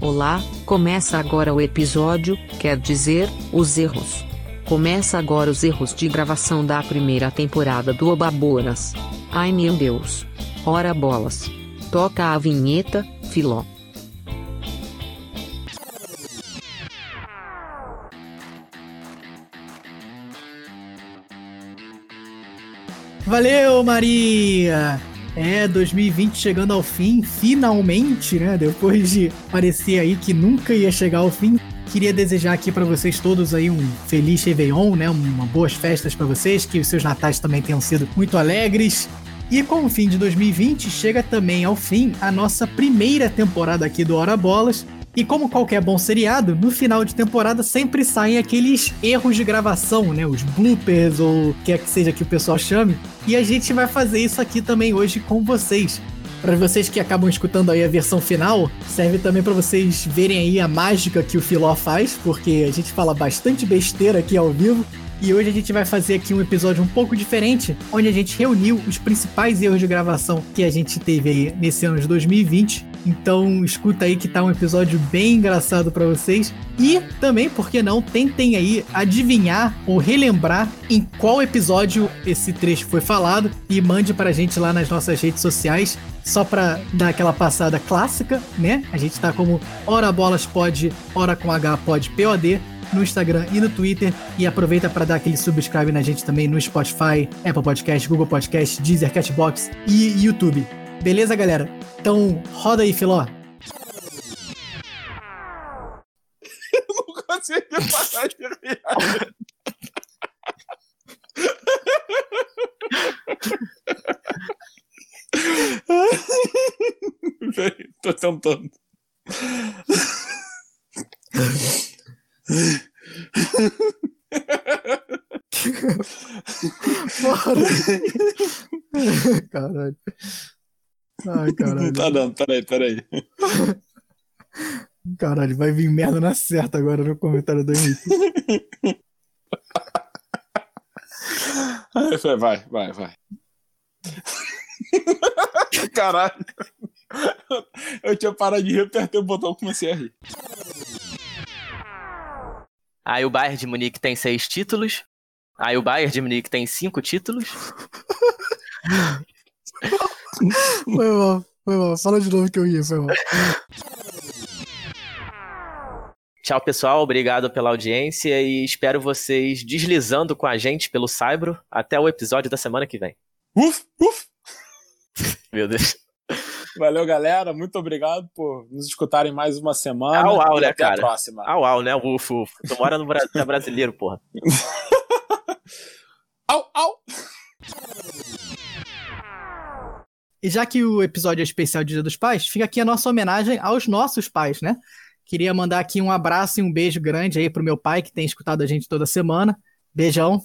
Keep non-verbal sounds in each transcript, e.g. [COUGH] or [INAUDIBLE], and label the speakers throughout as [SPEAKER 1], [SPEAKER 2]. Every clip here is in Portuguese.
[SPEAKER 1] Olá, começa agora o episódio, quer dizer, os erros. Começa agora os erros de gravação da primeira temporada do Obaboras. Ai meu Deus. Ora bolas. Toca a vinheta, Filó.
[SPEAKER 2] Valeu, Maria! É, 2020 chegando ao fim, finalmente, né? Depois de parecer aí que nunca ia chegar ao fim. Queria desejar aqui para vocês todos aí um feliz Réveillon, né? Uma boas festas para vocês, que os seus natais também tenham sido muito alegres. E com o fim de 2020, chega também ao fim a nossa primeira temporada aqui do Hora Bolas. E como qualquer bom seriado, no final de temporada sempre saem aqueles erros de gravação, né? Os bloopers ou o que é que seja que o pessoal chame. E a gente vai fazer isso aqui também hoje com vocês. Para vocês que acabam escutando aí a versão final, serve também para vocês verem aí a mágica que o Filó faz, porque a gente fala bastante besteira aqui ao vivo. E hoje a gente vai fazer aqui um episódio um pouco diferente, onde a gente reuniu os principais erros de gravação que a gente teve aí nesse ano de 2020. Então escuta aí que tá um episódio bem engraçado para vocês. E também, por que não, tentem aí adivinhar ou relembrar em qual episódio esse trecho foi falado e mande pra gente lá nas nossas redes sociais, só pra dar aquela passada clássica, né? A gente tá como Hora Bolas Pod, Hora com H Pod, POD, no Instagram e no Twitter. E aproveita para dar aquele subscribe na gente também no Spotify, Apple Podcast, Google Podcast, Deezer, Catbox e YouTube. Beleza, galera? Então, roda aí, Filó.
[SPEAKER 3] Eu não consegui parar de rir. Peraí, tô tentando.
[SPEAKER 2] [LAUGHS] Caralho. Ai,
[SPEAKER 3] Não
[SPEAKER 2] caralho.
[SPEAKER 3] tá dando, peraí, peraí.
[SPEAKER 2] Caralho, vai vir merda na certa agora no comentário do Henrique.
[SPEAKER 3] Aí foi, Vai, vai, vai. Caralho. Eu tinha parado de rir, apertei o botão e comecei a rir.
[SPEAKER 4] Aí o Bayern de Munique tem seis títulos. Aí o Bayern de Munique tem cinco títulos.
[SPEAKER 2] [LAUGHS] Foi mal, foi mal. Fala de novo que eu ia, foi mal.
[SPEAKER 4] Tchau, pessoal. Obrigado pela audiência e espero vocês deslizando com a gente pelo Saibro até o episódio da semana que vem.
[SPEAKER 3] Uf, uf.
[SPEAKER 4] Meu Deus.
[SPEAKER 3] Valeu, galera. Muito obrigado por nos escutarem mais uma semana.
[SPEAKER 4] Au, au,
[SPEAKER 3] E
[SPEAKER 4] né,
[SPEAKER 3] até a
[SPEAKER 4] cara?
[SPEAKER 3] próxima.
[SPEAKER 4] Au, au, né? Ufo, ufo. Tu mora no Brasil, é brasileiro, porra.
[SPEAKER 3] Au, au.
[SPEAKER 2] E já que o episódio é especial de Dia dos Pais, fica aqui a nossa homenagem aos nossos pais, né? Queria mandar aqui um abraço e um beijo grande aí pro meu pai, que tem escutado a gente toda semana. Beijão.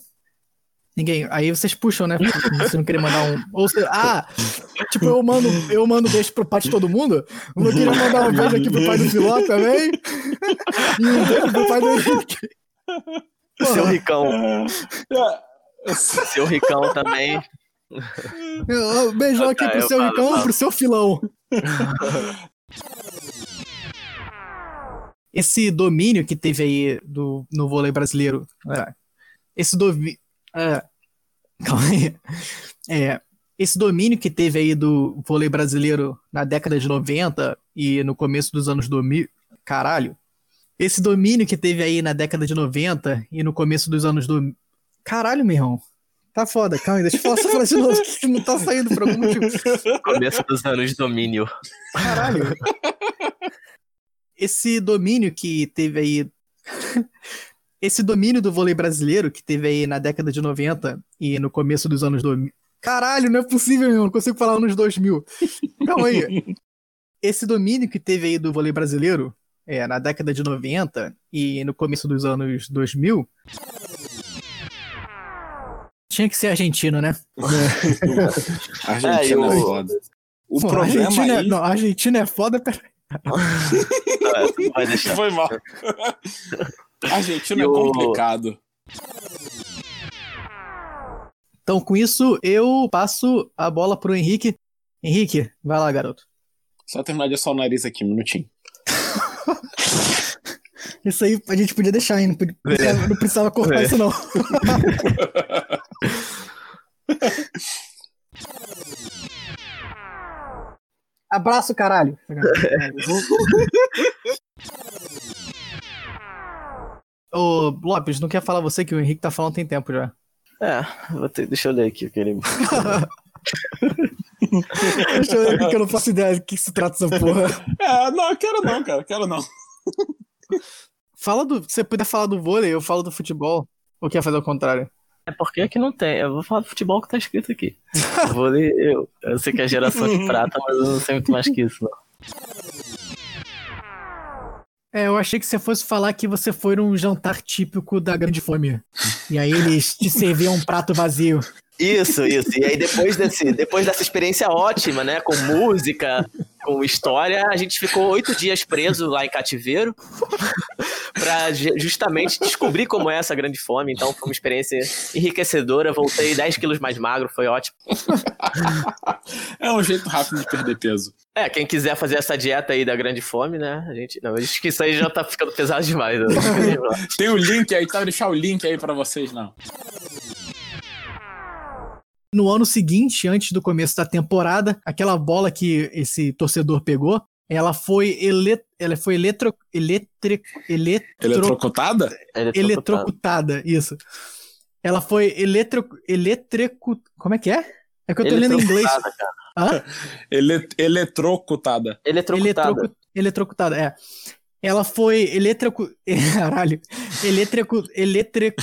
[SPEAKER 2] Ninguém. Aí vocês puxam, né? Se não querer mandar um. Ou se... Ah! Tipo, eu mando, eu mando beijo pro pai de todo mundo. Eu não queria mandar um beijo aqui pro pai do Filó também. [LAUGHS] E um beijo pro pai do Henrique.
[SPEAKER 4] Seu
[SPEAKER 2] Porra,
[SPEAKER 4] Ricão,
[SPEAKER 3] É,
[SPEAKER 4] seu Ricão também.
[SPEAKER 2] eu- beijão aqui
[SPEAKER 4] Tá,
[SPEAKER 2] pro
[SPEAKER 4] eu
[SPEAKER 2] seu
[SPEAKER 4] falo, eu
[SPEAKER 2] Ricão e
[SPEAKER 4] falo.
[SPEAKER 2] pro seu Filão. [LAUGHS] esse domínio que teve aí do, no vôlei brasileiro. é, Esse domínio. calma aí. É, esse domínio que teve aí do vôlei brasileiro na década de 90 e no começo dos anos 2000. Caralho. Esse domínio que teve aí na década de 90 e no começo dos anos. Do... Caralho, meu irmão. Tá foda, calma aí, deixa eu falar só falar de novo, que não tá saindo por algum motivo.
[SPEAKER 4] Começo dos anos de domínio.
[SPEAKER 2] Caralho. Esse domínio que teve aí. Esse domínio do vôlei brasileiro que teve aí na década de 90 e no começo dos anos 2000. Caralho, não é possível, meu, não consigo falar anos 2000. Calma aí. Esse domínio que teve aí do vôlei brasileiro é, na década de 90 e no começo dos anos 2000. Tinha que ser argentino, né?
[SPEAKER 3] Argentina
[SPEAKER 4] É,
[SPEAKER 3] é
[SPEAKER 4] eu-
[SPEAKER 3] foda. O
[SPEAKER 2] Pô,
[SPEAKER 3] problema
[SPEAKER 2] Argentina é-
[SPEAKER 3] aí...
[SPEAKER 2] Não, Argentina é foda, pera.
[SPEAKER 4] Ah, tu vai
[SPEAKER 3] [LAUGHS]
[SPEAKER 4] deixar.
[SPEAKER 3] Foi mal. [LAUGHS] Argentina é
[SPEAKER 4] E o-
[SPEAKER 3] complicado.
[SPEAKER 2] Então, com isso, eu passo a bola pro Henrique. Henrique, vai lá, garoto.
[SPEAKER 3] Só terminar de assar o nariz aqui, um minutinho.
[SPEAKER 2] Isso aí a gente podia deixar, hein? Não, podia- não precisava- não precisava cortar
[SPEAKER 4] É.
[SPEAKER 2] isso, [LAUGHS] não. Abraço, caralho. Ô, Lopes, não quer falar você que o Henrique tá falando tem tempo já.
[SPEAKER 4] É, vou ter- deixa eu ler aqui o que ele.
[SPEAKER 2] Deixa eu ver aqui que eu não faço ideia do que se trata essa porra.
[SPEAKER 3] É, não, quero não, cara, quero não.
[SPEAKER 2] Fala do. Se você puder falar do vôlei, eu falo do futebol. Ou quer fazer o contrário?
[SPEAKER 4] É porque é que não tem. Eu vou falar do futebol que tá escrito [LAUGHS] aqui. Eu vou ler. Eu, eu sei que é geração de prata, mas eu não sei muito mais que isso, não.
[SPEAKER 2] É, eu achei que você fosse falar que você foi num jantar típico da grande fome. E aí eles te serviam um prato vazio.
[SPEAKER 4] Isso, isso. E aí depois, desse, depois dessa experiência ótima, né? Com música, com história, a gente ficou oito dias preso lá em cativeiro [LAUGHS] pra ju- justamente descobrir como é essa grande fome. Então foi uma experiência enriquecedora. Voltei 10 quilos mais magro, foi ótimo.
[SPEAKER 3] É um jeito rápido de perder peso.
[SPEAKER 4] É, quem quiser fazer essa dieta aí da grande fome, né? A gente. Não, acho que isso aí já tá ficando pesado demais. né?
[SPEAKER 2] [LAUGHS]
[SPEAKER 3] Tem o link aí, tá? Vou deixar o link aí pra vocês, não.
[SPEAKER 2] No ano seguinte, antes do começo da temporada, aquela bola que esse torcedor pegou, ela foi ele... ela foi eletro... Eletre... Eletro...
[SPEAKER 3] Eletrocutada?
[SPEAKER 2] é
[SPEAKER 4] é
[SPEAKER 2] eletrocutada, isso. Ela foi eletro... eletrecu... Como é que é? É que eu tô lendo em inglês.
[SPEAKER 4] Eletrocutada, cara. é
[SPEAKER 3] Ele, eletrocutada.
[SPEAKER 2] é
[SPEAKER 4] Eletrocutada.
[SPEAKER 2] Eletrocu- Eletrocutada, é. Ela foi eletrocu... [LAUGHS] Caralho. Eletrocu... Eletrocu...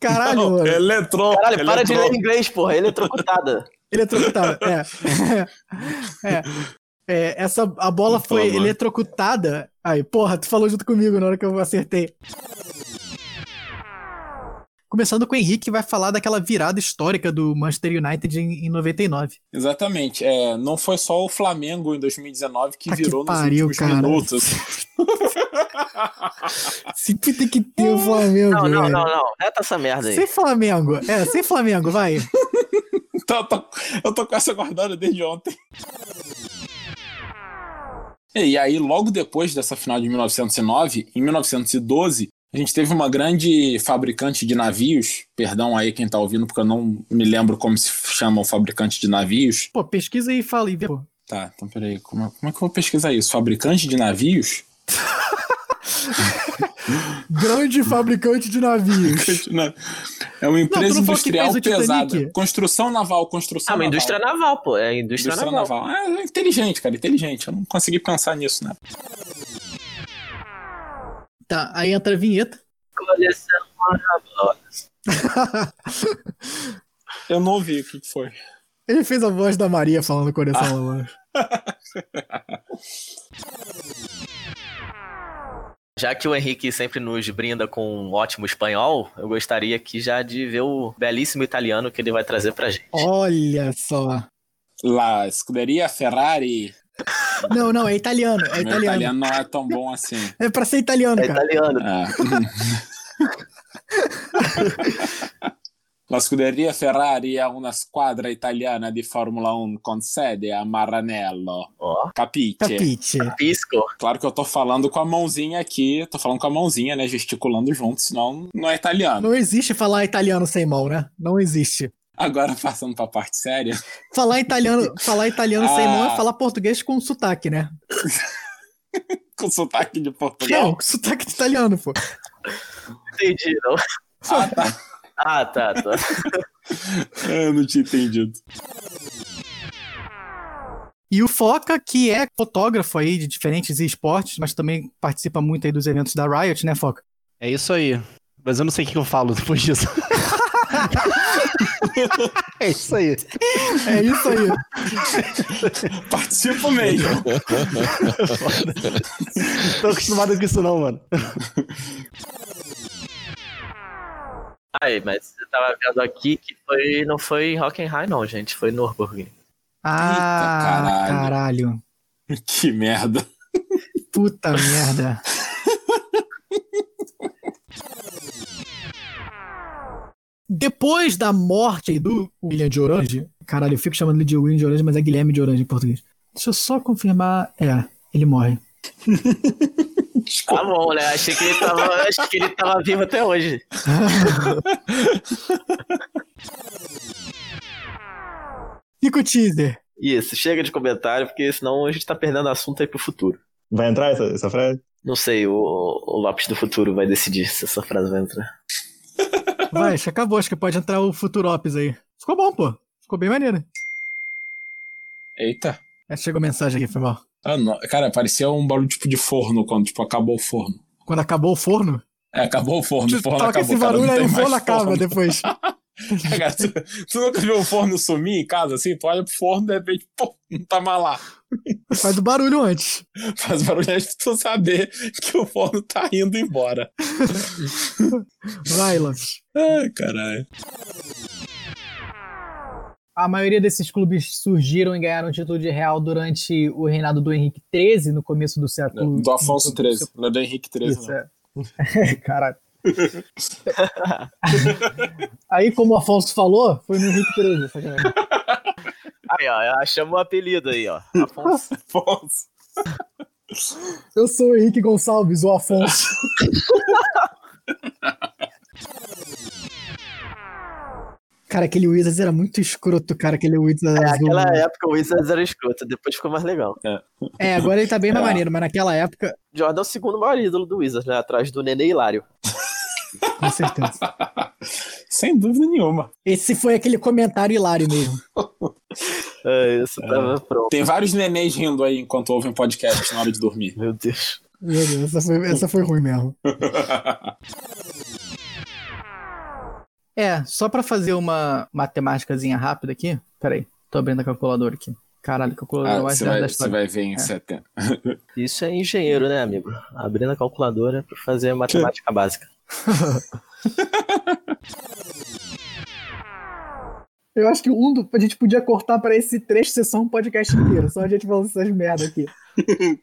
[SPEAKER 2] Caralho,
[SPEAKER 3] Não, é-
[SPEAKER 2] mano.
[SPEAKER 3] Eletro.
[SPEAKER 4] Caralho, para de
[SPEAKER 3] eletro-
[SPEAKER 4] ler em inglês, porra.
[SPEAKER 2] [LAUGHS]
[SPEAKER 4] é Eletrocutada.
[SPEAKER 2] Eletrocutada, é. é. [LAUGHS] É, essa, a bola foi
[SPEAKER 3] Fala, mano.
[SPEAKER 2] eletrocutada. Aí, porra, tu falou junto comigo na hora que eu acertei. Começando com o Henrique, que vai falar daquela virada histórica do Manchester United em, em 99.
[SPEAKER 3] Exatamente. É, não foi só o Flamengo em 2019 que
[SPEAKER 2] Tá que
[SPEAKER 3] virou nos
[SPEAKER 2] pariu,
[SPEAKER 3] últimos
[SPEAKER 2] cara.
[SPEAKER 3] minutos.
[SPEAKER 2] Sempre tem que ter o Flamengo.
[SPEAKER 4] Não, não,
[SPEAKER 2] velho.
[SPEAKER 4] não, não. Reta essa merda aí.
[SPEAKER 2] Sem Flamengo. É, sem Flamengo, vai.
[SPEAKER 3] Então, eu, [LAUGHS] tô, eu tô com essa guardada desde ontem. E aí, logo depois dessa final de 1909, em 1912, a gente teve uma grande fabricante de navios. Perdão aí quem tá ouvindo, porque eu não me lembro como se chama o fabricante de navios.
[SPEAKER 2] Pô, pesquisa e fala e vê, pô.
[SPEAKER 3] Tá, então peraí, como, é- como é que eu vou pesquisar isso? Fabricante de navios?
[SPEAKER 2] [LAUGHS] Grande fabricante de navios.
[SPEAKER 3] É uma
[SPEAKER 2] Não, tu
[SPEAKER 3] empresa
[SPEAKER 2] não falou que
[SPEAKER 3] industrial
[SPEAKER 2] fez o
[SPEAKER 3] pesada.
[SPEAKER 2] Titanic?
[SPEAKER 3] Construção naval, construção
[SPEAKER 4] Ah, uma
[SPEAKER 3] naval.
[SPEAKER 4] indústria naval, pô. É indústria,
[SPEAKER 3] Indústria
[SPEAKER 4] naval.
[SPEAKER 3] naval. É inteligente, cara, inteligente. Eu não consegui pensar nisso, né?
[SPEAKER 2] Tá, aí entra a vinheta.
[SPEAKER 4] Coleção maravilhosa.
[SPEAKER 3] Eu não ouvi o que que foi.
[SPEAKER 2] Ele fez a voz da Maria falando coração lá.
[SPEAKER 4] Já que o Henrique sempre nos brinda com um ótimo espanhol, eu gostaria aqui já de ver o belíssimo italiano que ele vai trazer pra gente.
[SPEAKER 2] Olha só.
[SPEAKER 3] La escuderia Ferrari.
[SPEAKER 2] Não, não, é italiano. É
[SPEAKER 3] Meu
[SPEAKER 2] italiano.
[SPEAKER 3] italiano não é tão bom assim.
[SPEAKER 2] É pra ser italiano,
[SPEAKER 4] É
[SPEAKER 2] cara.
[SPEAKER 4] italiano.
[SPEAKER 2] [LAUGHS]
[SPEAKER 3] É. La scuderia Ferrari è una squadra italiana di Formula 1 con sede a Maranello.
[SPEAKER 4] Ó.
[SPEAKER 3] Capiche?
[SPEAKER 2] Capite.
[SPEAKER 4] Pisco.
[SPEAKER 3] Claro que eu tô falando com a mãozinha aqui, tô falando com a mãozinha, né? Gesticulando junto, senão não é italiano.
[SPEAKER 2] Não existe falar italiano sem mão, né? Não existe.
[SPEAKER 3] Agora passando pra parte séria. [LAUGHS]
[SPEAKER 2] Falar italiano, falar italiano sem
[SPEAKER 3] Ah.
[SPEAKER 2] mão é falar português com sotaque, né?
[SPEAKER 3] Com sotaque de
[SPEAKER 2] Não,
[SPEAKER 3] Portugal.
[SPEAKER 2] com sotaque de italiano, pô.
[SPEAKER 4] Entendi, não.
[SPEAKER 2] é
[SPEAKER 3] Ah, tá.
[SPEAKER 4] Ah, tá, tá.
[SPEAKER 3] Eu não tinha entendido.
[SPEAKER 2] E o Foca, que é fotógrafo aí de diferentes esportes, mas também participa muito aí dos eventos da Riot, né, Foca?
[SPEAKER 5] É isso aí. Mas eu não sei o que eu falo depois disso. [LAUGHS] é isso aí.
[SPEAKER 2] É isso aí.
[SPEAKER 3] Participo mesmo.
[SPEAKER 2] [LAUGHS]
[SPEAKER 5] Tô acostumado com isso não, mano.
[SPEAKER 4] Ai, mas eu tava vendo aqui que foi, não foi em Hockenheim, não, gente. Foi no Nürburgring.
[SPEAKER 2] Ah,
[SPEAKER 3] caralho.
[SPEAKER 2] caralho.
[SPEAKER 3] Que merda.
[SPEAKER 2] Puta merda. Depois da morte aí do William de Orange, caralho, eu fico chamando ele de William de Orange, mas é Guilherme de Orange em português. Deixa eu só confirmar. É, ele morre.
[SPEAKER 4] Tá bom, né? Achei que ele [LAUGHS] tava, achei que ele tava vivo até hoje.
[SPEAKER 2] Fica o teaser.
[SPEAKER 4] Isso, chega de comentário, porque senão a gente tá perdendo assunto aí pro futuro.
[SPEAKER 6] Vai entrar essa, essa frase?
[SPEAKER 4] Não sei, o, o Lopes do futuro vai decidir se essa frase vai entrar.
[SPEAKER 2] Vai, acho que acabou. Acho que pode entrar o Futurops aí. Ficou bom, pô. Ficou bem maneiro.
[SPEAKER 3] Eita.
[SPEAKER 2] É, chegou mensagem aqui, foi mal.
[SPEAKER 3] Ah, não. Cara, parecia um barulho tipo de forno quando tipo, acabou o forno.
[SPEAKER 2] Quando acabou o forno,
[SPEAKER 3] É, acabou o forno, o forno
[SPEAKER 2] Tipo, toca
[SPEAKER 3] acabou.
[SPEAKER 2] esse
[SPEAKER 3] cara,
[SPEAKER 2] barulho
[SPEAKER 3] não
[SPEAKER 2] aí,
[SPEAKER 3] tem
[SPEAKER 2] o
[SPEAKER 3] mais
[SPEAKER 2] forno acaba
[SPEAKER 3] [LAUGHS] forno.
[SPEAKER 2] depois.
[SPEAKER 3] É, cara, tu, tu nunca viu o forno sumir em casa assim? Tu olha pro forno de repente, pô, não tá mais lá.
[SPEAKER 2] Faz o barulho antes.
[SPEAKER 3] Faz barulho antes pra tu saber que o forno tá indo embora.
[SPEAKER 2] Vai, Lopes.
[SPEAKER 3] Ai, caralho.
[SPEAKER 7] A maioria desses clubes surgiram e ganharam título de real durante o reinado do Henrique XIII, no começo do século.
[SPEAKER 3] Do Afonso
[SPEAKER 7] do- do-
[SPEAKER 3] XIII, não é do Henrique XIII,
[SPEAKER 7] Isso,
[SPEAKER 3] não.
[SPEAKER 7] é. [LAUGHS] Caralho. Aí, como o Afonso falou, foi no Henrique XIII. sacanagem.
[SPEAKER 4] Aí, ó, achamos o apelido aí, ó. Afonso.
[SPEAKER 3] Afonso.
[SPEAKER 7] Eu sou o Henrique Gonçalves, o Afonso.
[SPEAKER 2] [LAUGHS] Cara, aquele Wizards era muito escroto, cara, aquele Wizards azul.
[SPEAKER 4] Naquela
[SPEAKER 2] mano.
[SPEAKER 4] época o Wizards era escroto, depois ficou mais legal.
[SPEAKER 2] É, agora ele tá bem mais
[SPEAKER 3] É.
[SPEAKER 2] maneiro, mas naquela época,
[SPEAKER 4] Jordan é o segundo maior ídolo do Wizards, né? Atrás do Nenê Hilário.
[SPEAKER 2] com certeza.
[SPEAKER 3] Sem dúvida nenhuma.
[SPEAKER 2] Esse foi aquele comentário hilário mesmo.
[SPEAKER 4] É, isso tava pronto.
[SPEAKER 3] Tem vários nenéns rindo aí enquanto ouvem um podcast na hora de dormir.
[SPEAKER 4] Meu Deus.
[SPEAKER 2] Meu Deus, essa foi, essa foi ruim mesmo.
[SPEAKER 7] É, só pra fazer uma matemáticazinha rápida aqui. Peraí, tô abrindo a calculadora aqui. Caralho, calculadora
[SPEAKER 3] Ah,
[SPEAKER 7] mais
[SPEAKER 3] Você
[SPEAKER 7] rápida da
[SPEAKER 3] vai, você
[SPEAKER 7] história.
[SPEAKER 3] vai ver em setembro.
[SPEAKER 4] Isso é engenheiro, né, amigo? Abrindo a calculadora pra fazer a matemática básica.
[SPEAKER 7] Eu acho que um do- a gente podia cortar pra esse trecho ser só um podcast inteiro, só a gente falando essas merda aqui.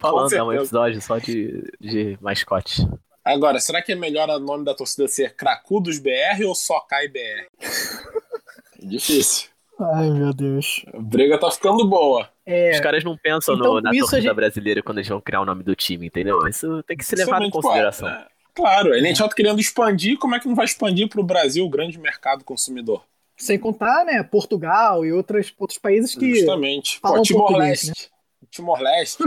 [SPEAKER 4] Falando, é um
[SPEAKER 3] certeza.
[SPEAKER 4] episódio só de, de mascote.
[SPEAKER 3] Agora, será que é melhor o nome da torcida ser Cracudos BR ou só Cai BR? [LAUGHS] Difícil.
[SPEAKER 2] Ai, meu Deus.
[SPEAKER 3] A briga tá ficando boa.
[SPEAKER 4] Os caras não pensam
[SPEAKER 7] Então,
[SPEAKER 4] no, na
[SPEAKER 7] com isso a
[SPEAKER 4] torcida
[SPEAKER 7] gente-
[SPEAKER 4] brasileira quando eles vão criar o nome do time, entendeu? Isso tem que ser levado em
[SPEAKER 3] Somente, pô,
[SPEAKER 4] consideração.
[SPEAKER 3] é, Claro, a gente tá querendo expandir, como é que não vai expandir pro Brasil, o grande mercado consumidor?
[SPEAKER 7] Sem contar, né, Portugal e outras, outros países que.
[SPEAKER 3] Justamente. Pô,
[SPEAKER 7] falam
[SPEAKER 4] um
[SPEAKER 3] Timor-Leste.
[SPEAKER 4] né? [LAUGHS]
[SPEAKER 3] Timor-Leste.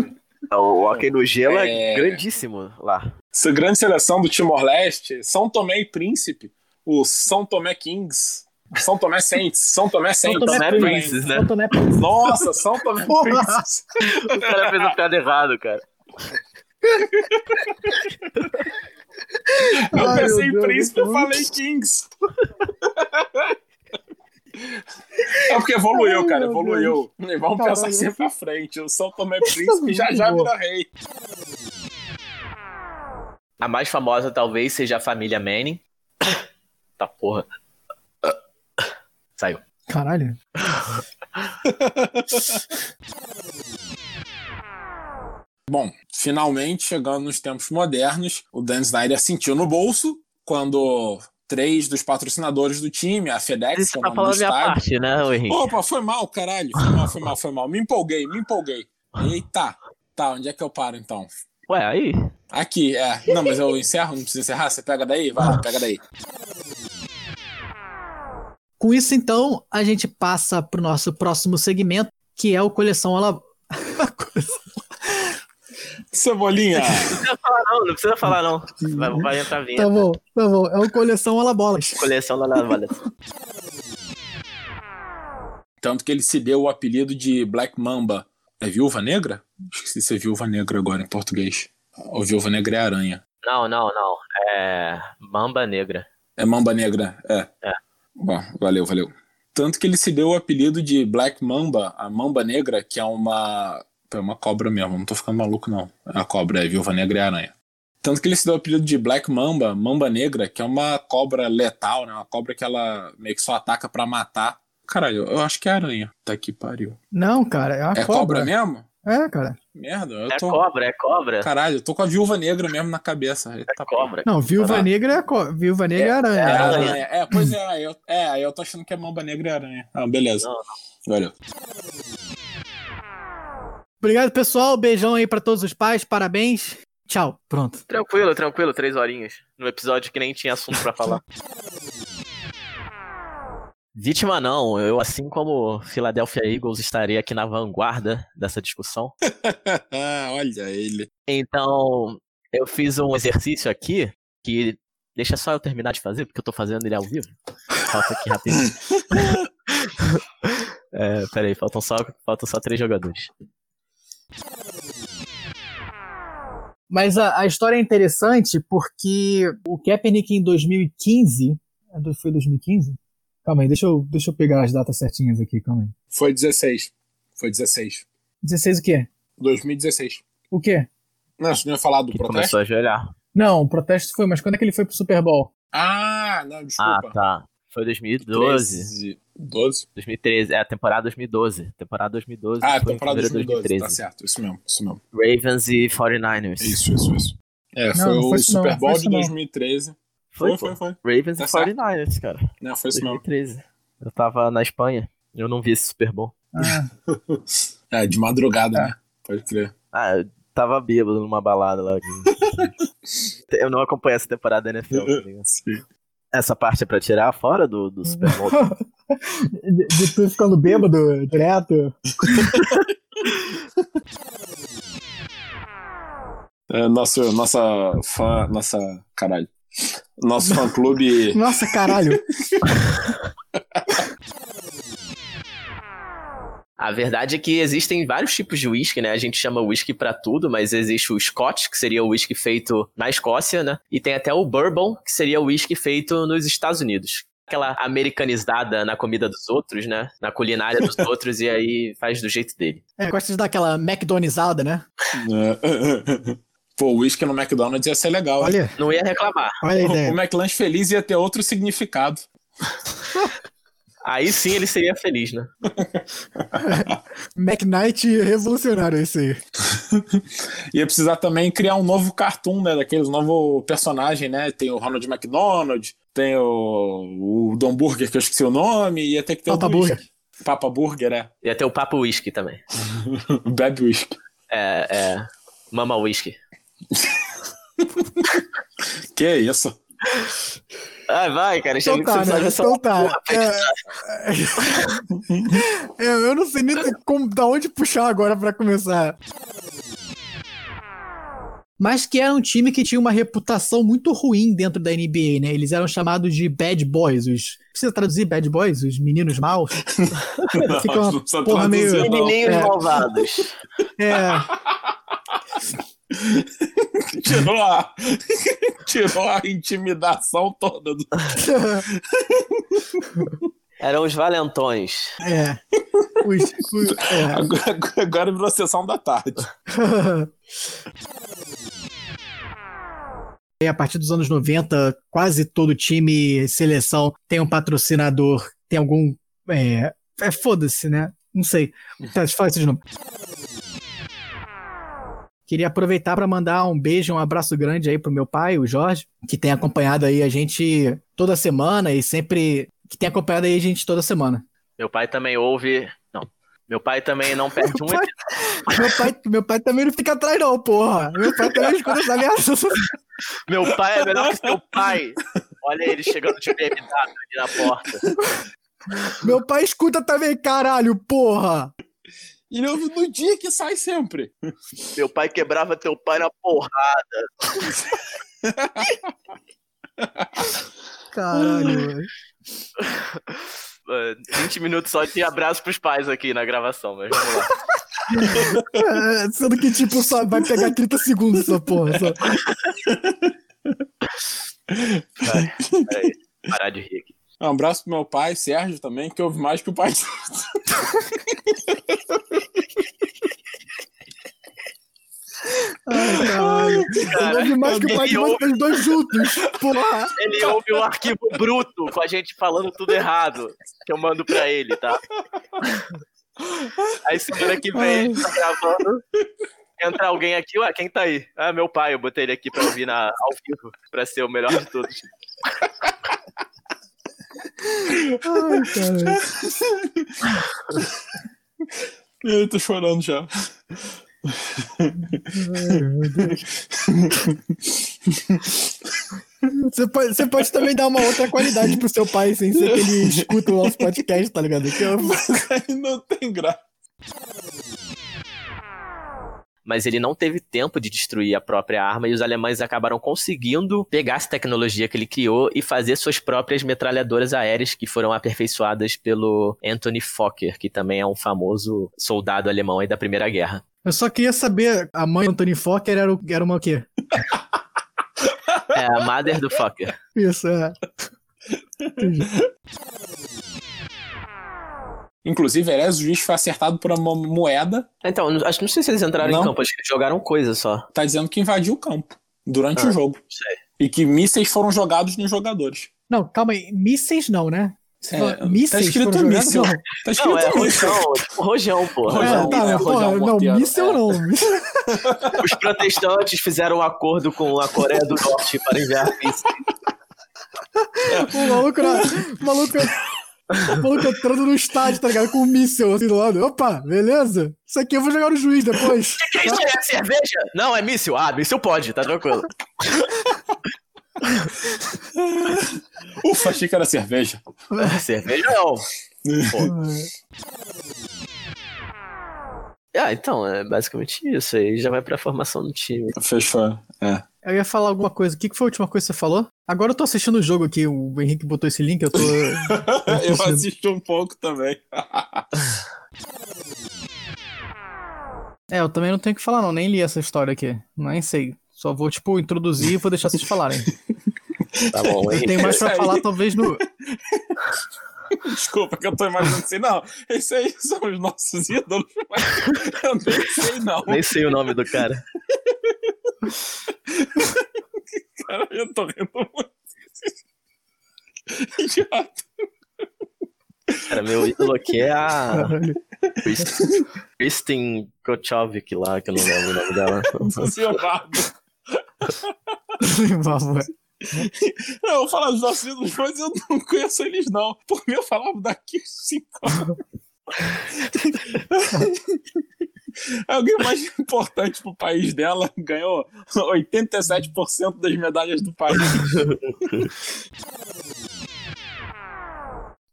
[SPEAKER 4] O hockey no gelo é,
[SPEAKER 3] É.
[SPEAKER 4] grandíssimo lá.
[SPEAKER 3] Essa grande seleção do Timor-Leste, São Tomé e Príncipe, o São Tomé Kings, São Tomé Saints, São Tomé Saints.
[SPEAKER 4] Tomé
[SPEAKER 3] Saints.
[SPEAKER 4] Princes, né?
[SPEAKER 7] São Tomé e Príncipe.
[SPEAKER 3] Nossa, São
[SPEAKER 4] [LAUGHS]
[SPEAKER 3] Tomé
[SPEAKER 2] Porra.
[SPEAKER 3] Princes.
[SPEAKER 4] O cara fez um piada errado, cara.
[SPEAKER 3] Eu
[SPEAKER 7] Ai,
[SPEAKER 3] pensei em
[SPEAKER 7] meu Deus,
[SPEAKER 3] príncipe, eu
[SPEAKER 7] muito
[SPEAKER 3] falei Kings. É porque evoluiu,
[SPEAKER 7] Ai,
[SPEAKER 3] cara,
[SPEAKER 7] meu
[SPEAKER 3] evoluiu. Vamos
[SPEAKER 7] Caralho.
[SPEAKER 3] pensar sempre à frente. O São Tomé Príncipe já já
[SPEAKER 7] boa.
[SPEAKER 3] vira rei.
[SPEAKER 4] A mais famosa talvez seja a família Manning. [COUGHS] tá porra. Saiu.
[SPEAKER 7] Caralho.
[SPEAKER 3] Bom, finalmente, chegando nos tempos modernos, o Dan Snyder sentiu no bolso quando três dos patrocinadores do time, a FedEx,
[SPEAKER 4] tá
[SPEAKER 3] que é o nome do estádio,
[SPEAKER 4] né, Henrique?
[SPEAKER 3] Opa, foi mal, caralho. Foi mal, foi mal, foi mal. Me empolguei, me empolguei. Eita. Tá, onde é que eu paro então?
[SPEAKER 4] Ué, aí.
[SPEAKER 3] Aqui, é. Não, mas eu encerro, não preciso encerrar. Você pega daí? Vai lá, pega daí.
[SPEAKER 2] Com isso, então, a gente passa pro nosso próximo segmento, que é o Coleção Alab...
[SPEAKER 3] Cebolinha.
[SPEAKER 4] Não, não precisa falar, não. Vai, vai entrar vindo.
[SPEAKER 2] Tá bom, tá bom. É o Coleção Alabolas.
[SPEAKER 4] Coleção lá na Valência.
[SPEAKER 3] [LAUGHS] Tanto que ele se deu o apelido de Black Mamba. É viúva negra? Esqueci se é viúva negra agora em português. Ou viúva negra é aranha.
[SPEAKER 4] Não, não, não. É. Mamba Negra.
[SPEAKER 3] É mamba negra, é.
[SPEAKER 4] É.
[SPEAKER 3] Bom, valeu, valeu. Tanto que ele se deu o apelido de Black Mamba, a mamba negra, que é uma. É uma cobra mesmo, não tô ficando maluco, não. É a cobra, é viúva negra e aranha. Tanto que ele se deu o apelido de Black Mamba, mamba negra, que é uma cobra letal, né? Uma cobra que ela meio que só ataca pra matar. Caralho, eu acho que é aranha. Tá que pariu.
[SPEAKER 2] Não, cara, é uma
[SPEAKER 3] é cobra. mesmo?
[SPEAKER 2] É, cara.
[SPEAKER 3] Merda, eu
[SPEAKER 4] É
[SPEAKER 3] tô.
[SPEAKER 4] cobra, é cobra.
[SPEAKER 3] Caralho, eu tô com a viúva negra mesmo na cabeça. tá
[SPEAKER 4] É cobra.
[SPEAKER 2] Não, Viúva
[SPEAKER 3] Caraca.
[SPEAKER 2] Negra é co... Viúva Negra é aranha.
[SPEAKER 3] É,
[SPEAKER 4] É
[SPEAKER 3] aranha.
[SPEAKER 4] aranha.
[SPEAKER 3] É, pois é, aí eu, é, aí eu tô achando que é mamba negra e aranha. Ah, beleza.
[SPEAKER 4] Não,
[SPEAKER 3] Valeu. [LAUGHS]
[SPEAKER 2] Obrigado, pessoal. Beijão aí pra todos os pais. Parabéns. Tchau. Pronto.
[SPEAKER 4] Tranquilo, tranquilo, três horinhas. Num episódio que nem tinha assunto pra falar. [LAUGHS] Vítima não, eu assim como Philadelphia Eagles estarei aqui na vanguarda dessa discussão.
[SPEAKER 3] Olha ele.
[SPEAKER 4] Então, eu fiz um exercício aqui que deixa só eu terminar de fazer, porque eu tô fazendo ele ao vivo. Falta aqui rapidinho. é, peraí, faltam só, faltam só três jogadores.
[SPEAKER 7] Mas a, a história é interessante porque o Kaepernick em 2015. é do- Foi 2015? Calma aí, deixa eu, deixa eu pegar as datas certinhas aqui, calma aí.
[SPEAKER 3] Foi 16. Foi 16.
[SPEAKER 7] 16 o quê?
[SPEAKER 3] 2016.
[SPEAKER 7] O quê?
[SPEAKER 3] Não, você não ia falar do
[SPEAKER 4] Que
[SPEAKER 3] protesto?
[SPEAKER 4] começou a ajoelhar.
[SPEAKER 7] Não, o protesto foi, mas quando é que ele foi pro Super Bowl?
[SPEAKER 3] Ah, não,
[SPEAKER 4] Ah,
[SPEAKER 3] desculpa.
[SPEAKER 4] tá. Foi 2012.
[SPEAKER 3] 13, 12?
[SPEAKER 4] 2013, é a temporada 2012. Temporada 2012.
[SPEAKER 3] Ah,
[SPEAKER 4] foi em
[SPEAKER 3] temporada de
[SPEAKER 4] fevereiro de
[SPEAKER 3] 2012, tá certo. Isso mesmo, isso mesmo.
[SPEAKER 4] Ravens e 49ers.
[SPEAKER 3] Isso, isso, isso. É,
[SPEAKER 7] Não,
[SPEAKER 3] foi
[SPEAKER 7] não
[SPEAKER 3] o
[SPEAKER 7] foi isso não,
[SPEAKER 3] Super
[SPEAKER 7] não
[SPEAKER 3] Bowl
[SPEAKER 7] foi isso
[SPEAKER 3] de
[SPEAKER 7] não.
[SPEAKER 3] 2013.
[SPEAKER 4] Foi,
[SPEAKER 3] foi,
[SPEAKER 4] foi,
[SPEAKER 3] foi. foi.
[SPEAKER 4] Ravens
[SPEAKER 3] Tá
[SPEAKER 4] e
[SPEAKER 3] certo.
[SPEAKER 4] 49ers, cara.
[SPEAKER 3] Não, foi isso mesmo.
[SPEAKER 4] 2013. Eu tava na Espanha. Eu não vi esse Super Bowl.
[SPEAKER 7] Ah,
[SPEAKER 3] É, de madrugada,
[SPEAKER 7] Tá.
[SPEAKER 3] né? Pode crer.
[SPEAKER 4] Ah, eu tava bêbado numa
[SPEAKER 3] [LAUGHS]
[SPEAKER 4] balada lá. eu não acompanho essa temporada da NFL.
[SPEAKER 3] Uh-uh.
[SPEAKER 4] tá ligado?
[SPEAKER 3] Sim.
[SPEAKER 4] essa parte é pra tirar fora do, do Super Bowl.
[SPEAKER 7] de, de tu ficando bêbado direto?
[SPEAKER 3] É, nosso, nossa fã, nossa, caralho. Nosso
[SPEAKER 2] [LAUGHS]
[SPEAKER 3] fã clube né?
[SPEAKER 2] Nossa, caralho.
[SPEAKER 4] A verdade é que existem vários tipos de whisky, né? A gente chama whisky pra tudo, mas existe o Scotch, que seria o whisky feito na Escócia, né? E tem até o Bourbon, que seria o whisky feito nos Estados Unidos. Aquela americanizada na comida dos outros, né? Na
[SPEAKER 2] [LAUGHS]
[SPEAKER 4] culinária dos outros, e aí faz do jeito dele.
[SPEAKER 2] É, gosta de dar aquela McDonald'sada, né?
[SPEAKER 3] É. [LAUGHS] Pô, o uísque no McDonald's ia ser legal. hein?
[SPEAKER 2] Olha,
[SPEAKER 4] Não ia reclamar.
[SPEAKER 2] olha a
[SPEAKER 3] O
[SPEAKER 2] ideia.
[SPEAKER 3] McLanche feliz ia ter outro significado.
[SPEAKER 4] Aí sim ele seria feliz, né?
[SPEAKER 2] McKnight revolucionário esse aí.
[SPEAKER 3] Ia precisar também criar um novo cartoon, né? Daqueles novo personagem, né? Tem o Ronald McDonald, tem o, o Don Burger, que eu esqueci o nome, ia ter que ter
[SPEAKER 2] Papa
[SPEAKER 3] o do uísque.
[SPEAKER 2] Burger.
[SPEAKER 3] Papa Burger, é. [LAUGHS]
[SPEAKER 4] Ia ter o Papo Whisky também.
[SPEAKER 3] Bebe uísque.
[SPEAKER 4] É, é. Mama Whisky.
[SPEAKER 3] Que isso?
[SPEAKER 4] Ai, vai, cara.
[SPEAKER 2] Então tá, né? Então tá. É, é, [LAUGHS] eu não sei nem como, da onde puxar agora pra começar. Mas que era um time que tinha uma reputação muito ruim dentro da NBA, né? Eles eram chamados de Bad Boys. Os... Precisa traduzir Bad Boys? Os meninos maus? Fica uma
[SPEAKER 3] [LAUGHS] não precisa
[SPEAKER 2] porra meio-
[SPEAKER 3] traduzir, não.
[SPEAKER 4] Menininhos
[SPEAKER 2] É.
[SPEAKER 4] malvados.
[SPEAKER 2] É.
[SPEAKER 3] Tirou a... [LAUGHS] Tirou a intimidação toda do
[SPEAKER 4] Eram os valentões.
[SPEAKER 2] é. Os, os- é.
[SPEAKER 3] Agora, agora virou a sessão da tarde.
[SPEAKER 2] E a partir dos anos 90, quase todo time, seleção, tem um patrocinador, tem algum. É, é foda-se, né? Não sei. Tá, fala isso de novo. Queria aproveitar para mandar um beijo, um abraço grande aí pro meu pai, o Jorge, que tem acompanhado aí a gente toda semana e sempre. que tem acompanhado aí a gente toda semana.
[SPEAKER 4] Meu pai também ouve. Não. Meu pai também não perde um
[SPEAKER 2] pai-
[SPEAKER 4] episódio.
[SPEAKER 2] Meu pai, meu pai também não fica atrás, não, porra. Meu pai também escuta essa ameaça.
[SPEAKER 4] Meu pai é melhor que seu pai. Olha ele chegando de BMW ali na porta.
[SPEAKER 2] Meu pai escuta também, caralho, porra!
[SPEAKER 3] Ele ouve no dia que sai sempre.
[SPEAKER 4] Meu pai quebrava teu pai na porra.
[SPEAKER 2] Caralho, velho.
[SPEAKER 4] Eh, 20 minutos só de abraço pros pais aqui na gravação, mas vamos lá.
[SPEAKER 2] É, Sendo que, tipo, só vai pegar 30 segundos essa porra. Só.
[SPEAKER 4] Vai, peraí. Parar de rir aqui.
[SPEAKER 3] Um abraço pro meu pai, Sérgio também, que ouve mais que o pai. [LAUGHS]
[SPEAKER 2] Ai, caralho. Eu ouvi mais que o pai de
[SPEAKER 4] ouve,
[SPEAKER 2] vocês dois juntos. Porra!
[SPEAKER 4] ele ouve o arquivo bruto com a gente falando tudo errado que eu mando pra ele, tá? Aí semana que vem ele tá gravando. Entra alguém aqui, ué, quem tá aí? Ah, meu pai, eu botei ele aqui pra ouvir na, ao vivo, pra ser o melhor de todos.
[SPEAKER 2] Ai, caralho.
[SPEAKER 3] Eu tô chorando tá já. [LAUGHS]
[SPEAKER 2] Você pode, você pode também dar uma outra qualidade pro seu pai sem ser que ele escuta o nosso podcast, tá ligado? Que eu-
[SPEAKER 3] Aí não tem graça.
[SPEAKER 4] Mas ele não teve tempo de destruir a própria arma e os alemães acabaram conseguindo pegar essa tecnologia que ele criou e fazer suas próprias metralhadoras aéreas que foram aperfeiçoadas pelo Anthony Fokker, que também é um famoso soldado alemão aí da Primeira Guerra.
[SPEAKER 2] Eu só queria saber, a mãe do Anthony Fokker era, o- era uma o quê?
[SPEAKER 4] É a Mother do Fokker.
[SPEAKER 2] Isso, é.
[SPEAKER 3] Inclusive, aliás, o juiz foi acertado por uma moeda,
[SPEAKER 4] Então, não- acho não sei se eles entraram
[SPEAKER 3] Não.
[SPEAKER 4] em campo, acho que eles jogaram coisa só.
[SPEAKER 3] tá dizendo que invadiu o campo durante
[SPEAKER 4] Ah,
[SPEAKER 3] o jogo.
[SPEAKER 4] sei.
[SPEAKER 3] E que mísseis foram jogados nos jogadores.
[SPEAKER 2] Não, calma aí. Mísseis não, né? Você
[SPEAKER 3] É,
[SPEAKER 2] fala
[SPEAKER 3] tá
[SPEAKER 2] mísseis
[SPEAKER 3] escrito
[SPEAKER 2] foram jogados?
[SPEAKER 3] míssil.
[SPEAKER 2] Não.
[SPEAKER 3] Tá escrito
[SPEAKER 4] Não, é
[SPEAKER 3] míssil.
[SPEAKER 4] rojão, tipo rojão, pô.
[SPEAKER 3] Rojão.
[SPEAKER 2] É, tá,
[SPEAKER 3] né?
[SPEAKER 2] pô,
[SPEAKER 3] Rojão
[SPEAKER 2] não,
[SPEAKER 3] Morteiro,
[SPEAKER 2] míssil
[SPEAKER 3] é.
[SPEAKER 2] não.
[SPEAKER 4] Os protestantes fizeram um acordo com a Coreia do Norte para enviar mísseis.
[SPEAKER 2] O maluco, [LAUGHS] era- o maluco, é- o maluco entrando no estádio, tá ligado? Com um míssil assim do lado. Opa, beleza? Isso aqui eu vou jogar no juiz depois.
[SPEAKER 4] Que isso é cerveja? Não, é míssil. Ah, míssil pode, tá tranquilo.
[SPEAKER 3] Ufa, achei que era cerveja.
[SPEAKER 4] [LAUGHS] cerveja não. Ah, então, é basicamente isso. Aí já vai pra formação do time.
[SPEAKER 3] Fechou. É.
[SPEAKER 2] Eu ia falar alguma coisa. O que que foi a última coisa que você falou? Agora eu tô assistindo o jogo aqui. O Henrique botou esse link,
[SPEAKER 3] [LAUGHS]
[SPEAKER 2] eu tô.
[SPEAKER 3] [LAUGHS] Eu assisti um pouco também.
[SPEAKER 2] É, eu também não tenho o que falar, não. Nem li essa história aqui. Nem sei. Só vou, tipo, introduzir e vou deixar vocês
[SPEAKER 3] [LAUGHS]
[SPEAKER 2] falarem.
[SPEAKER 4] Tá bom,
[SPEAKER 2] Eu
[SPEAKER 4] hein?
[SPEAKER 2] tenho mais pra falar, talvez, no. [LAUGHS]
[SPEAKER 3] Desculpa que eu tô imaginando assim, não. Esses aí são os nossos ídolos, mas eu nem sei, não.
[SPEAKER 4] [LAUGHS] Nem sei o nome do cara.
[SPEAKER 3] Cara, eu tô rindo muito. Idiota.
[SPEAKER 4] Cara, meu ídolo aqui é a Kristen- Kristen Kochovic lá, que eu não lembro o nome dela.
[SPEAKER 3] seu bardo.
[SPEAKER 2] Zimbábue.
[SPEAKER 3] Não, eu falo dos nossos ídolos, mas eu não conheço eles, não. Por mim, eu falava daqui uns cinco anos. Alguém mais importante pro país dela ganhou 87% das medalhas do país.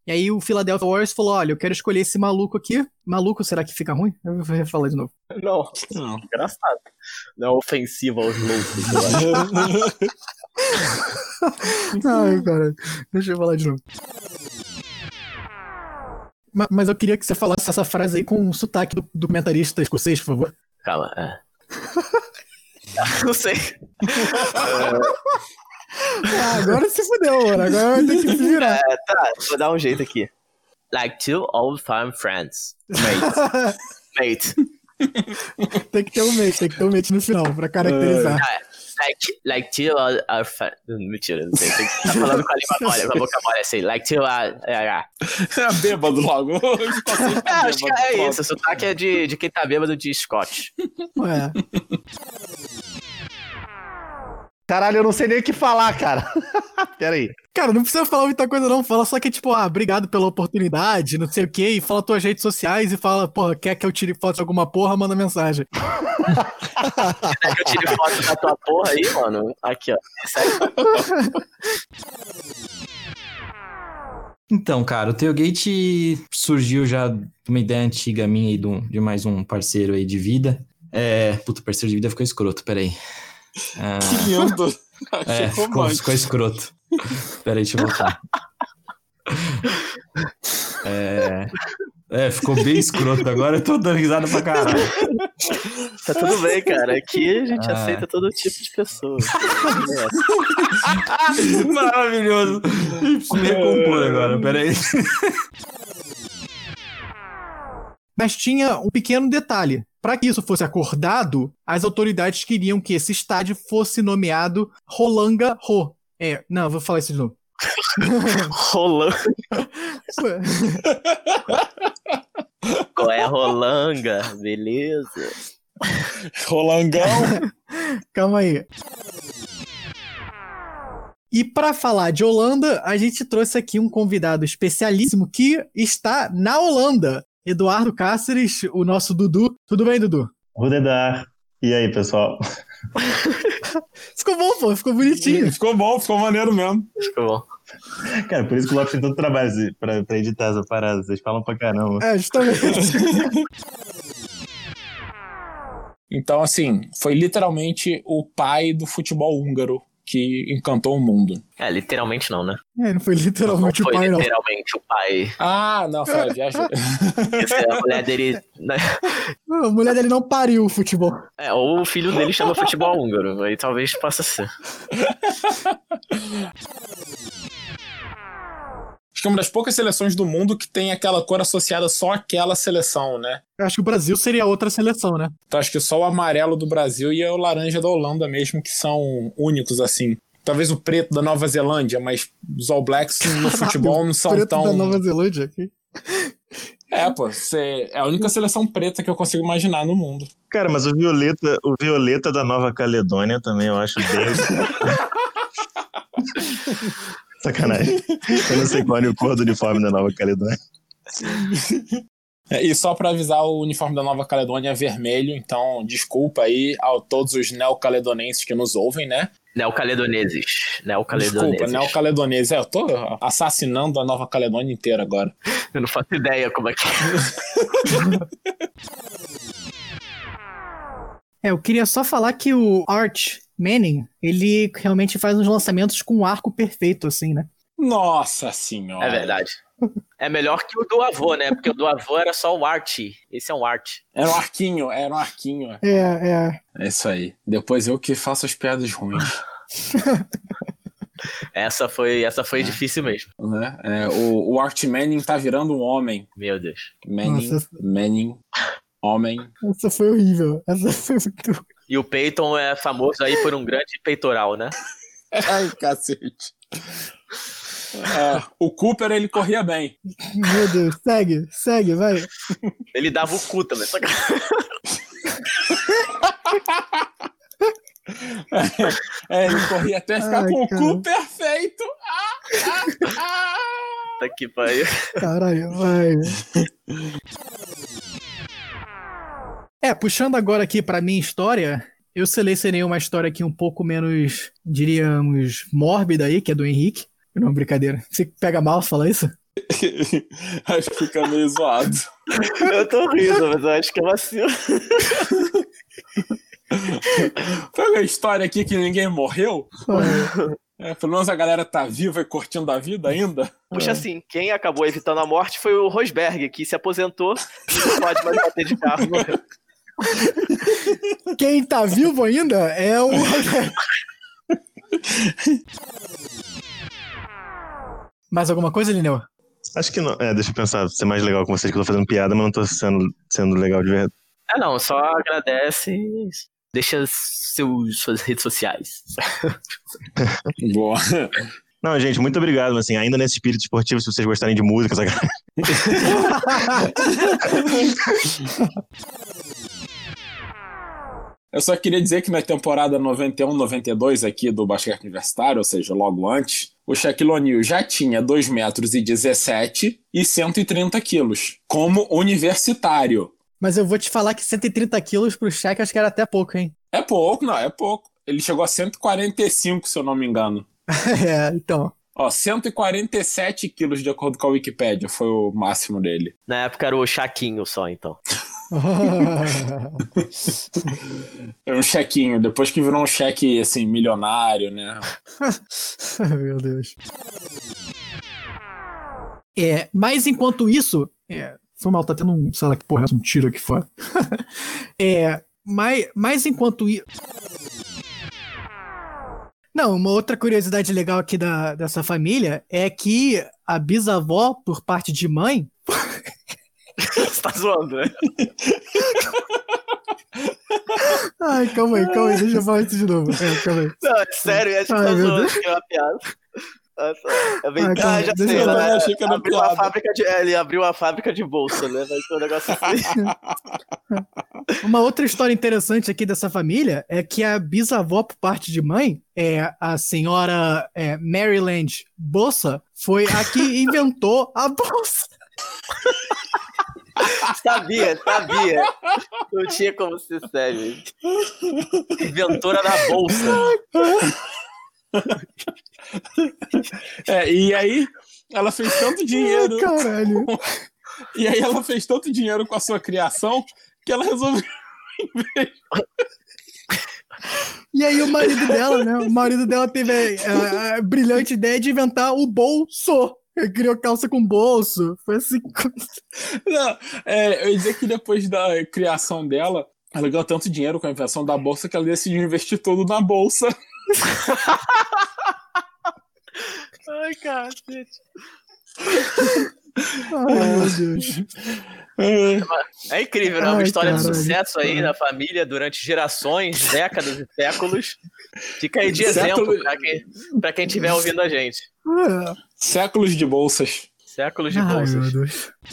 [SPEAKER 2] E aí o Philadelphia Warriors falou: olha, eu quero escolher esse maluco aqui. Maluco, será que fica ruim? Eu vou falar de novo.
[SPEAKER 4] [LAUGHS] Não,
[SPEAKER 3] Não.
[SPEAKER 4] engraçado. Não é ofensivo aos loucos. eu acho.
[SPEAKER 2] Ai, cara, deixa eu falar de novo. Ma- Mas eu queria que você falasse essa frase aí com um sotaque do, do comentarista escocês, por favor.
[SPEAKER 4] Calma, é. [LAUGHS] Não sei.
[SPEAKER 2] Ah, agora se fudeu, mano. Agora eu tenho que se virar.
[SPEAKER 4] É, tá, vou dar um jeito aqui. Like two old time friends. Mate. Mate.
[SPEAKER 2] tem que ter um mate, tem que ter um mate no final, pra caracterizar.
[SPEAKER 4] Ah, Like, like two old our friends. Mentira, não sei. Tem que tá falando com a língua mole, com a boca mole assim. Like two old. É, é.
[SPEAKER 3] É bêbado logo. O escocês tá
[SPEAKER 4] É, [LAUGHS] acho que
[SPEAKER 3] bêbado,
[SPEAKER 4] é
[SPEAKER 3] pronto.
[SPEAKER 4] isso. O sotaque é de, de quem tá bêbado de Scott.
[SPEAKER 2] Ué.
[SPEAKER 5] Caralho, eu não sei nem o que falar, cara. [LAUGHS] Pera aí.
[SPEAKER 2] Cara, não precisa falar muita coisa, não. Fala só que, tipo, ah, obrigado pela oportunidade, não sei o quê, e fala tuas redes sociais e fala, porra, quer que eu tire foto de alguma porra, manda mensagem.
[SPEAKER 4] É que eu tirei foto da tua porra aí, mano. Aqui, ó.
[SPEAKER 6] Então, cara, o Tailgate surgiu já de uma ideia antiga minha e de, um- de mais um parceiro aí de vida. É. Puta, parceiro de vida ficou escroto, peraí. Ah,
[SPEAKER 3] Que lindo.
[SPEAKER 6] é,
[SPEAKER 3] Achei
[SPEAKER 6] ficou,
[SPEAKER 3] romântico.
[SPEAKER 6] ficou escroto. Peraí, deixa eu voltar. É. É, ficou bem escroto agora, eu tô dando risada pra caralho.
[SPEAKER 4] Tá tudo bem, cara. Aqui a gente
[SPEAKER 6] Ah.
[SPEAKER 4] aceita todo tipo de pessoa.
[SPEAKER 6] Maravilhoso. Preciso me recompor agora, peraí.
[SPEAKER 2] Mas tinha um pequeno detalhe. Pra que isso fosse acordado, as autoridades queriam que esse estádio fosse nomeado Rolanga Ro. É, não, vou falar isso de novo.
[SPEAKER 4] Rolanga. [LAUGHS] Qual é Rolanga? Beleza.
[SPEAKER 3] Rolangão.
[SPEAKER 2] Calma aí. E pra falar de Holanda, a gente trouxe aqui um convidado especialíssimo que está na Holanda. Eduardo Cáceres, o nosso Dudu. Tudo bem, Dudu?
[SPEAKER 8] Rudedar. E aí, pessoal? [LAUGHS]
[SPEAKER 2] Ficou bom, pô. Ficou bonitinho.
[SPEAKER 3] Ficou bom, ficou maneiro mesmo.
[SPEAKER 4] Ficou bom.
[SPEAKER 8] Cara, por isso que o Lopes tem tanto trabalho assim, pra, pra editar essa parada. Vocês falam pra caramba.
[SPEAKER 2] É, justamente.
[SPEAKER 3] Então, assim, foi literalmente o pai do futebol húngaro que encantou o mundo.
[SPEAKER 4] É, literalmente não, né?
[SPEAKER 2] É, não foi literalmente
[SPEAKER 4] não
[SPEAKER 2] o
[SPEAKER 4] foi né?
[SPEAKER 2] pai, não.
[SPEAKER 4] literalmente o pai.
[SPEAKER 3] Ah, não,
[SPEAKER 2] [LAUGHS]
[SPEAKER 3] foi viagem.
[SPEAKER 4] Isso é, a mulher dele. né?
[SPEAKER 2] Não, A mulher dele não pariu o futebol.
[SPEAKER 4] É, ou o filho dele chama futebol húngaro. Aí talvez possa ser.
[SPEAKER 3] Acho que é uma das poucas seleções do mundo que tem aquela cor associada só àquela seleção, né?
[SPEAKER 2] Eu acho que o Brasil seria outra seleção, né?
[SPEAKER 3] Então acho que só o amarelo do Brasil e o laranja da Holanda mesmo, que são únicos assim. Talvez o preto da Nova Zelândia, mas os All Blacks no futebol não são
[SPEAKER 2] Preto da
[SPEAKER 3] tão.
[SPEAKER 2] Nova Zelândia aqui.
[SPEAKER 3] É, pô, cê- é a única seleção preta que eu consigo imaginar no mundo.
[SPEAKER 8] Cara, mas o Violeta, o Violeta da Nova Caledônia também eu acho bem.
[SPEAKER 5] [LAUGHS]
[SPEAKER 8] Sacanagem. Eu não sei qual é o cor do uniforme da Nova Caledônia.
[SPEAKER 3] É, e só pra avisar, o uniforme da Nova Caledônia é vermelho, então desculpa aí a todos os neocaledonenses que nos ouvem, né?
[SPEAKER 4] Neocaledoneses. Neocaledoneses.
[SPEAKER 3] Desculpa, neocaledoneses. É, eu tô assassinando a Nova Caledônia inteira agora.
[SPEAKER 4] Eu não faço ideia como é que
[SPEAKER 2] É, eu queria só falar que o Art Manning, ele realmente faz uns lançamentos com um arco perfeito, assim, né?
[SPEAKER 3] Nossa senhora.
[SPEAKER 4] é. verdade. É melhor que o do avô, né? Porque o do avô era só o art. Esse é um art.
[SPEAKER 3] Era um arquinho, era um arquinho.
[SPEAKER 2] É, é.
[SPEAKER 3] É isso aí. Depois eu que faço as piadas ruins. [LAUGHS]
[SPEAKER 4] Essa foi, essa foi difícil mesmo.
[SPEAKER 3] né? É, o, o Art Manning tá virando um homem.
[SPEAKER 4] Meu Deus.
[SPEAKER 3] Manning,
[SPEAKER 2] Nossa.
[SPEAKER 3] Manning, homem.
[SPEAKER 2] Essa foi horrível. Essa [LAUGHS] foi muito.
[SPEAKER 4] E o Peyton é famoso aí por um grande peitoral, né?
[SPEAKER 3] Ai, cacete. É, o Cooper, ele corria bem.
[SPEAKER 2] Meu Deus, segue, segue, vai.
[SPEAKER 4] Ele dava o cu também. só que-
[SPEAKER 3] É, ele corria até ficar
[SPEAKER 2] Ai,
[SPEAKER 3] com o
[SPEAKER 2] cara.
[SPEAKER 3] cu perfeito. Ah, ah, ah.
[SPEAKER 4] Tá aqui, pai.
[SPEAKER 2] Caralho, vai. É, puxando agora aqui pra minha história, eu selecionei uma história aqui um pouco menos, diríamos, mórbida aí, que é do Henrique. Não, brincadeira. Você pega mal falar isso?
[SPEAKER 3] Acho que fica meio zoado.
[SPEAKER 4] [LAUGHS] Eu tô rindo, mas eu acho que é vacilo.
[SPEAKER 3] Foi uma história aqui que ninguém morreu. É, pelo menos a galera tá viva e curtindo a vida ainda.
[SPEAKER 4] Puxa assim, quem acabou evitando a morte foi o Rosberg, que se aposentou e não pode mais bater de [LAUGHS] carro.
[SPEAKER 2] Quem tá vivo ainda é o. Mais alguma coisa, Lineu?
[SPEAKER 8] Acho que não. É, deixa eu pensar, ser mais legal com vocês, que eu tô fazendo piada, mas não tô sendo, sendo legal de verdade.
[SPEAKER 4] Ah, não, só agradece e deixa seus, suas redes sociais.
[SPEAKER 3] Boa.
[SPEAKER 8] Não, gente, muito obrigado. mas, Assim, ainda nesse espírito esportivo, se vocês gostarem de música, sacanagem.
[SPEAKER 3] Eu só queria dizer que na temporada 91-92 aqui do basquete universitário, ou seja, logo antes, o Shaquille O'Neal já tinha 2 metros e 17 e 130 quilos, como universitário.
[SPEAKER 2] Mas eu vou te falar que 130 quilos pro Shaq acho que era até pouco, hein? [LAUGHS]
[SPEAKER 3] É pouco, não, é pouco. Ele chegou a 145, se eu não me engano.
[SPEAKER 2] É, então.
[SPEAKER 3] Ó, 147 quilos, de acordo com a Wikipédia, foi o máximo dele.
[SPEAKER 4] Na época era o Chaquinho só, então.
[SPEAKER 3] Era um chequinho, depois que virou um cheque, assim, milionário, né?
[SPEAKER 2] [LAUGHS] Meu Deus. É, mas enquanto isso. É, foi mal, tá tendo um. Sei lá que porra, um tiro aqui fora. [LAUGHS] é, mas, mas enquanto isso. Não, uma outra curiosidade legal aqui da, dessa família é que a bisavó, por parte de mãe,
[SPEAKER 4] Você tá zoando, né?
[SPEAKER 2] Ai, calma aí, calma aí, deixa eu falar isso de novo. É, calma aí.
[SPEAKER 4] Não, é sério, acho que
[SPEAKER 2] Ai,
[SPEAKER 4] tá
[SPEAKER 2] meu
[SPEAKER 4] zoando
[SPEAKER 2] Deus.
[SPEAKER 4] que é uma piada. Nossa, é bem...
[SPEAKER 2] Ai,
[SPEAKER 4] ah,
[SPEAKER 2] calma,
[SPEAKER 4] já
[SPEAKER 2] deixa
[SPEAKER 4] sei,
[SPEAKER 2] eu
[SPEAKER 4] ela
[SPEAKER 3] também achei que era
[SPEAKER 4] abriu
[SPEAKER 3] piada.
[SPEAKER 4] uma fábrica de... é, Ele abriu uma fábrica de bolsa, né? Vai ser um negócio assim.
[SPEAKER 2] [LAUGHS] Uma outra história interessante aqui dessa família é que a bisavó, por parte de mãe, é a senhora é, Maryland Bolsa, foi a que inventou a bolsa.
[SPEAKER 4] Sabia, sabia. Não tinha como ser sério. Inventora da bolsa.
[SPEAKER 3] É, e aí ela fez tanto dinheiro.
[SPEAKER 2] Caralho.
[SPEAKER 3] E aí ela fez tanto dinheiro com a sua criação que ela resolveu.
[SPEAKER 2] E aí o marido dela, né? O marido dela teve a, a- a brilhante ideia de inventar o bolso. Ele criou calça com bolso. Foi assim. [LAUGHS]
[SPEAKER 3] Não, é, eu ia dizer que depois da criação dela, ela ganhou tanto dinheiro com a invenção da bolsa que ela decidiu investir tudo na bolsa.
[SPEAKER 4] Ai, cacete.
[SPEAKER 2] Ai, meu Deus.
[SPEAKER 4] É incrível, né? Uma
[SPEAKER 2] Ai,
[SPEAKER 4] história de
[SPEAKER 2] caralho.
[SPEAKER 4] sucesso aí na família durante gerações, décadas e séculos. Fica aí de
[SPEAKER 3] Século-
[SPEAKER 4] exemplo pra quem, pra quem estiver ouvindo a gente.
[SPEAKER 2] Ah,
[SPEAKER 3] Séculos de bolsas.
[SPEAKER 4] Séculos de
[SPEAKER 2] Ai, meu
[SPEAKER 4] bolsas.
[SPEAKER 2] Deus. [LAUGHS]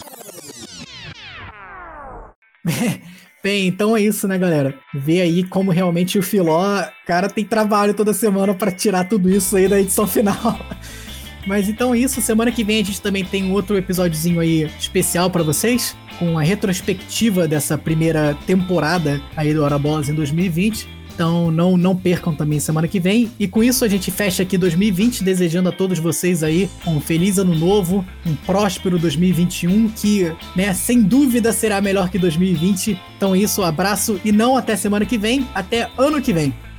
[SPEAKER 2] Bem, então é isso, né, galera? Vê aí como realmente o Filó, cara, tem trabalho toda semana pra tirar tudo isso aí da edição final. [LAUGHS] Mas então é isso, semana que vem a gente também tem um outro episódiozinho aí especial pra vocês, com a retrospectiva dessa primeira temporada aí do Hora Bolas em 2020. Então não, não percam também semana que vem. E com isso a gente fecha aqui 2020, desejando a todos vocês aí um feliz ano novo, um próspero 2021, que, né, sem dúvida será melhor que 2020. Então é isso, abraço e não até semana que vem, até ano que vem.